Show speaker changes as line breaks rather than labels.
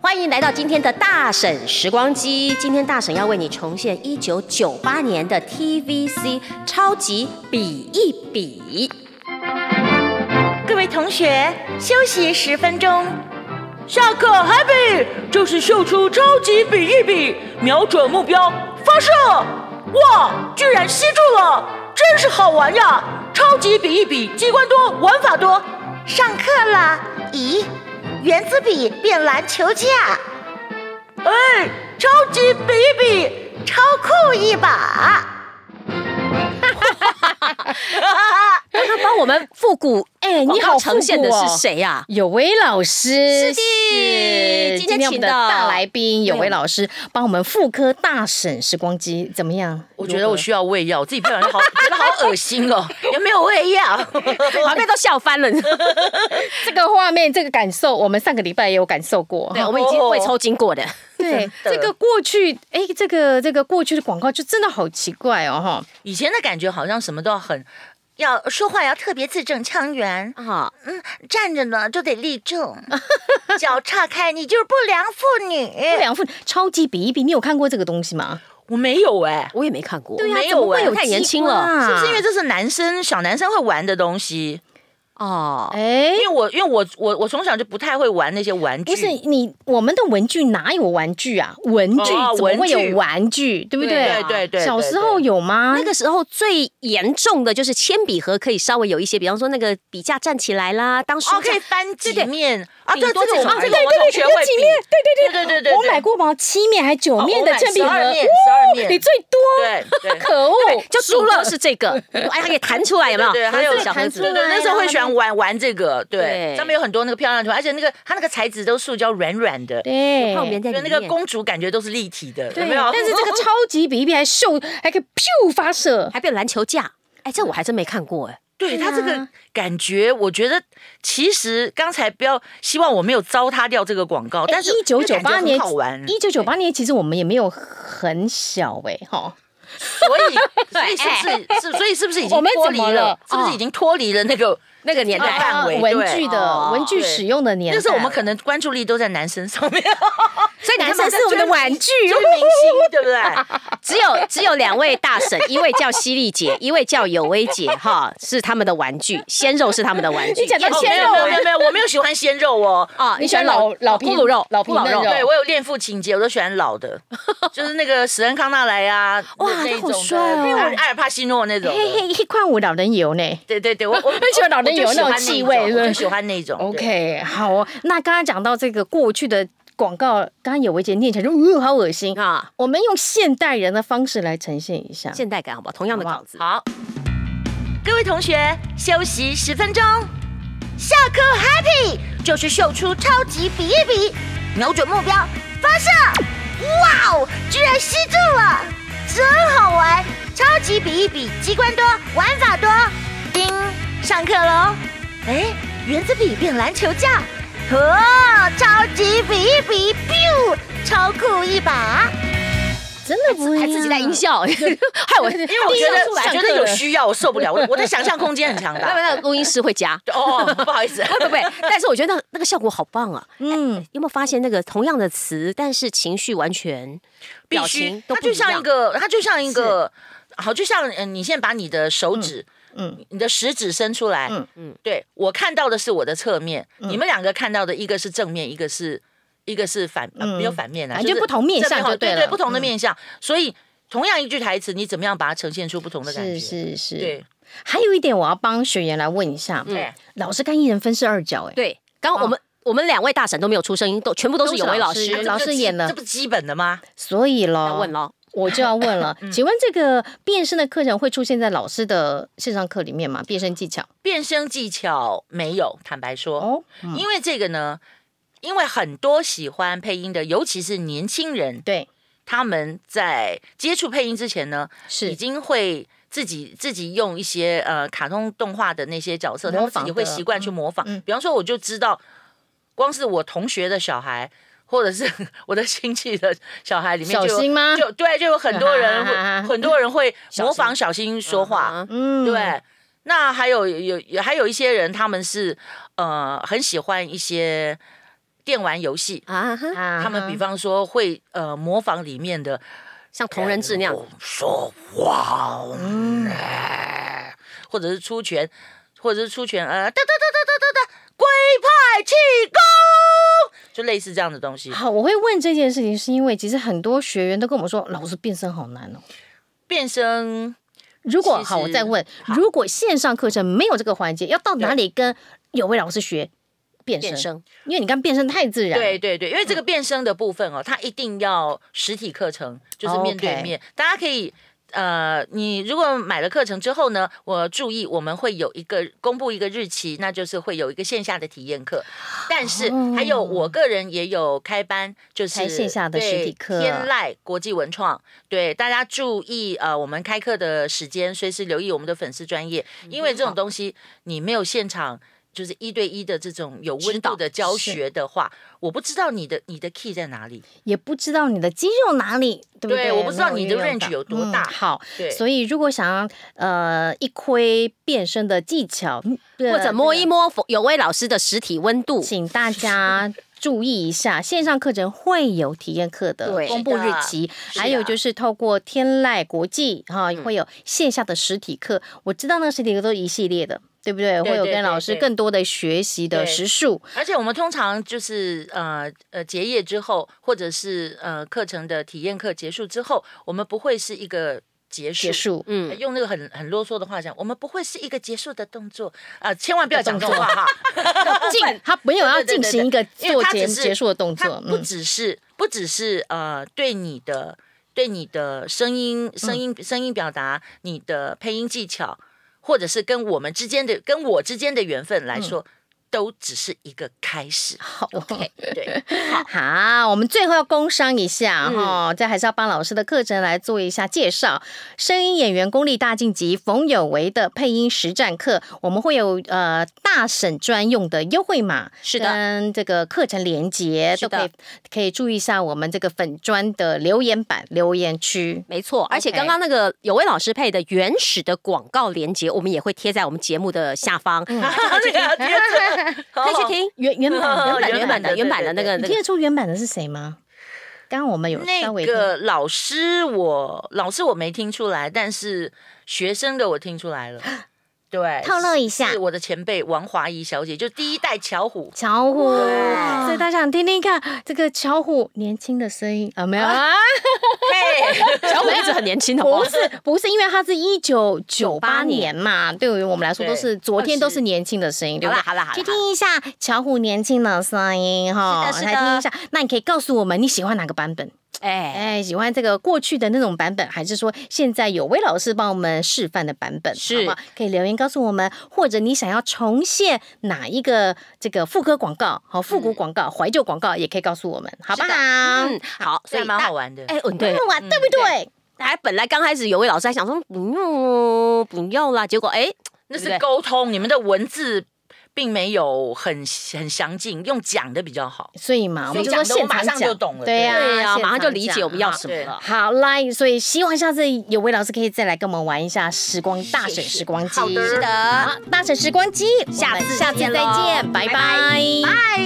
欢迎来到今天的大婶时光机。今天大婶要为你重现一九九八年的 TVC 超级比一比。
各位同学，休息十分钟。下课，Happy，就是秀出超级比一比，瞄准目标发射。哇，居然吸住了，真是好玩呀！超级比一比，机关多，玩法多。
上课了，咦，原子笔变篮球架，
哎，超级比一比，
超酷一把！
刚刚帮我们复古，哎，你好呈现的
广告复
是
古哦
谁啊呀、
有为老师，
是的
是
今天
我们
请
的
到
大来
嗯
宾有为老师帮我们复刻大婶时光机，怎么样？
我觉得我需要喂药，我自己不小心好觉得好恶心哦，有没有喂 药？
旁边都笑翻了。
这个画面，这个感受，我们上个礼拜也有感受过。
对，我们已经胃抽筋过的。
对，这个过去，哎，这个这个过去的广告就真的好奇怪哦，哈。
以前的感觉好像什么都要很
要说话要特别字正腔圆，
啊，
站着呢就得立正，脚岔开，你就是不良妇
哎
不
女。
良妇超级比一比，你有看过这个东西吗？
我没有哎、
我也没看过。
对呀
没
怎么会
哎
有
太年轻了
啊
是不是因为这是男生小男生会玩的东西？
哦，
哎
因，为我因为我我我从小就不太会玩那些玩具，
不是你，我们的文具哪有玩具啊？文具
哦
怎么会
文具
有玩具？对不
对
对
对？对对，
小时
对
候有吗？
那个时候最严重的就是铅笔盒可以稍微有一些，比方说那个笔架站起来啦，当书
哦，可
架
以翻几面啊，
顶
对，这
多
个
这
我
种
们
而
这
已
个我同学会
有几
比
面，对对
对对对对
我买过吗？七面还九
哦
面
我
的
买
铅笔盒，
12面
哇
12面
你最多，
对对。
可恶，
就输了是这个， 哎，它可以弹出来
啊
有没有？
对，还有
小盒
弹
子
出来
对对，那时候会喜欢玩玩这个，对
对，
上面有很多那个漂亮的图案，而且那个它那个材质都塑胶软软的，
对，
泡棉在
就
里
那
面。
个公主感觉都是立体的，有
对，
没有？
但是 这个超级比一比还秀，还可以咻发射，
还变篮球架，哎，这我还真没看过哎。
对他
对
这个
啊
感觉，我觉得其实刚才不要希望我没有糟蹋掉这个广告，但是
哎一九九
这个
八
感觉很
年
好玩，
一九九八年其实我们也没有很小哎，哈，
所 以所以是不是是所以是不是已
哎我
经
们
脱
怎
离
么
了
了？哦
是不是已经脱离了那个
那个年代
啊范围
文具
哦
的文具
对
使用的年代，
那时候我们可能关注力都在男生上 面，
所以
男生是我们的玩具，
追明星，对不 哦对？
只有只有两位大婶，一位叫犀利姐，一位叫有威姐，哈，是他们的玩具，鲜肉是他们的玩具。
你讲到
燕
哦
子
没有
鲜肉
没有没有没有，我没有喜欢鲜肉哦。
啊，
你喜欢老老皮
咕噜肉，
老皮
咕噜
嫩肉
对，我有恋父情节，我都喜欢老 的，就是那个史恩康纳莱啊，
哇
那一
他好
种的
帅哦
艾尔艾尔帕西诺那种的。
嘿嘿，一块五老人油呢。
对对对，我我
很喜欢老人有那种气味
我
是不是
就喜欢那种。我就喜欢那种对
OK，好哦、那刚刚讲到这个过去的广告，刚刚有维姐念起来就呜、好恶心啊！
啊，
我们用现代人的方式来呈现一下。
现代感好不好？同样的稿子，
好，各位同学休息十分钟，
下课 Happy 就是秀出超级比一比，瞄准目标发射。哇哦，居然吸住了，真好玩！超级比一比，机关多，玩法多。叮，上课喽。哎，原子笔变篮球架，哇，超级比一比，biu，超酷一把。
哎
真的不一样
还自己带哎音，效，害我，因
因为我觉得我觉得有需要，我受不了，我我的想象空间很强
那
大。
那个录音师会加。
哦，不好意 思，
会不会？但是我觉得那那个效果好棒啊！
嗯，
有没有发现那个同样的词，但是情绪完全
必
表情
须，
都
它
不
就
一
像
样
一。个，它就像一个，好，就像嗯，你现在把你的手指，
嗯
你的食指伸出来，嗯
嗯
嗯，对我看到的是我的侧面，你们两个看到的一个是正面，一个是一个是反，呃
嗯
没有反面啊，
反正
是
不同面
正
相
好
就
对
对
对，
了嗯
不同的面相，所以同样一句台词，你怎么样把它呈现出不同的感觉？
是是是。
对，
还有一点我要帮学员来问一下，
对
老师跟一人分饰二角、哎，
对，刚刚我们我们两位大婶都没有出声音，都全部都是有为老
都是
师
哎老
啊这不
师啊
是基
演了
这不是基本的吗？
所以
要
咯，
问喽。
我就要问了，请问这个变身的课程会出现在老师的线上课里面吗？变身技巧
变声技巧没有，坦白说，
哦，
因为这个呢，因为很多喜欢配音的，尤其是年轻人，
对，
他们在接触配音之前呢，已
是
经会自己自己用一些呃卡通动画的那些角色，他们
模
自
仿
己
的
会习惯去模仿。
嗯嗯
比方说，我就知道，光是我同学的小孩。或者是 我的亲戚的小孩里面就
小新吗
就对，就有很多 人会，很多人会
小
模
新
仿小新说话。
嗯
嗯，
对，那还有有有还有一些人，他们是呃很喜欢一些电玩游戏，
啊哈，
啊
他们比方说会呃模仿里面的
像同人志那样，
说哇，哎或者是出拳，或者是出拳，呃，哒哒哒哒哒哒哒，龟派气功，就类似这样的东西。
好，我会问这件事情，是因为其实很多学员都跟我们说，老师变身好难哦。
变身
如果
其实
好，我再问，如果线上课程没有这个环节，要到哪里跟有位老师学变身？
变声
因为你刚变身太自然，嗯
对，对对，因为这个变声的部分哦，它一定要实体课程，就是面对
哦 OK
面，大家可以。呃，你如果买了课程之后呢，我注意我们会有一个公布一个日期，那就是会有一个线下的体验课。但是还有我个人也有开班，就是
哦开线下的实体
对
课
天籁国际文创，对大家注意呃，我们开课的时间，随时留意我们的粉丝专业，因为这种东西你没有现场。就是一对一的这种有温度的教学的话，我不知道你的你的 key 在哪里。
也不知道你的肌肉哪里，对不
对
对，
我不知道
没
你的
运用到
range 有多大
嗯好，
对，
所以如果想要呃一窥变身的技巧，嗯
或
或
者摸一摸有位老师的实体温度，
请大家注意一下， 线上课程会有体验课的
对
公布日期，
的嗯
还有就是透过天籁国际哈、会有线下的实体课。我知道那个实体课都是一系列的，对不对？
对
会有
对对
跟老师
对
更多的学习的
对
时数。
而且我们通常就是呃呃结业之后，或者是呃课程的体验课结束之后，我们不会是一个结束。
结束，
呃
嗯，
用那个很很啰嗦的话讲，我们不会是一个结束的动作啊、呃千万不要讲这种话哈。
进他没有要
对对对
进行一个
因为
做
它
结
只是
结束的动
它
作，嗯
嗯
不只是、不只是呃对你的对你的声音
嗯
声音、声音表达，你的配音技巧，或者是跟我们之间的跟我之间的缘分
嗯
来说，都只是一个开始。
好
哦
OK，对，
好，我们最后要工商一下
嗯
哈、这还是要帮老师的课程来做一下介绍。声音演员功力大晋级冯有为的配音实战课，我们会有呃大婶专用的优惠码，
是的
跟这个课程连接
是
都
的
可以可以注意一下我们这个粉砖的留言板留言区。
没错。而且
OK
刚刚那个有位老师配的原始的广告链接，我们也会贴在我们节目的下方，
嗯
对呀，天哪
可
哦
以去听
原 原版
原版
原版的
的
原版的那
对对
个
你
那
听
个
得出原版的是谁吗？刚刚我们有稍微
那个老师我老师我没听出来，但是学生的我听出来了。
啊
对，
透露一下
是我的前辈王华怡小姐，就第一代巧虎。
巧虎，所以大家想听听看这个巧虎年轻的声音啊？没有 啊，
嘿，
小虎一直很年轻，好不好
不？是不是，因为他是一九九八年嘛，对于我们来说
对
都是昨天
20
都是年轻的声音，对
好
不
啦
对？
好啦好
去
啦，
听一下巧虎年轻的声音哈，
是的是的
来听一下。那你可以告诉我们你喜欢哪个版本？
哎，
哎，喜欢这个过去的那种版本，还是说现在有位老师帮我们示范的版本？
是
好不好可以留言告诉我们，或者你想要重现哪一个这个副歌广告、好复古广告、怀旧广告，也可以告诉我们，好不好？
嗯，好，
这
所以
还蛮
大
好玩的。
哎，嗯，对，
好玩，对不对？
还本来刚开始有位老师还想说不用哦不用啦，结果哎，
那
对
是
不对
沟通，你们的文字并没有很很详尽，用讲的比较好。
所以嘛，
所
我们
以
就说
讲得我
现场
马上
讲，
就懂了
对呀、
对啊呀，
现场
马上就理解
讲啊
我们要
哈
什么了。
好啦，所以希望下次有位老师可以再来跟我们玩一下时光大婶时光机。
好的
是的，
好，大婶时光机，
下
我们
次
下次再
见喽
见，拜
拜
拜
拜
拜。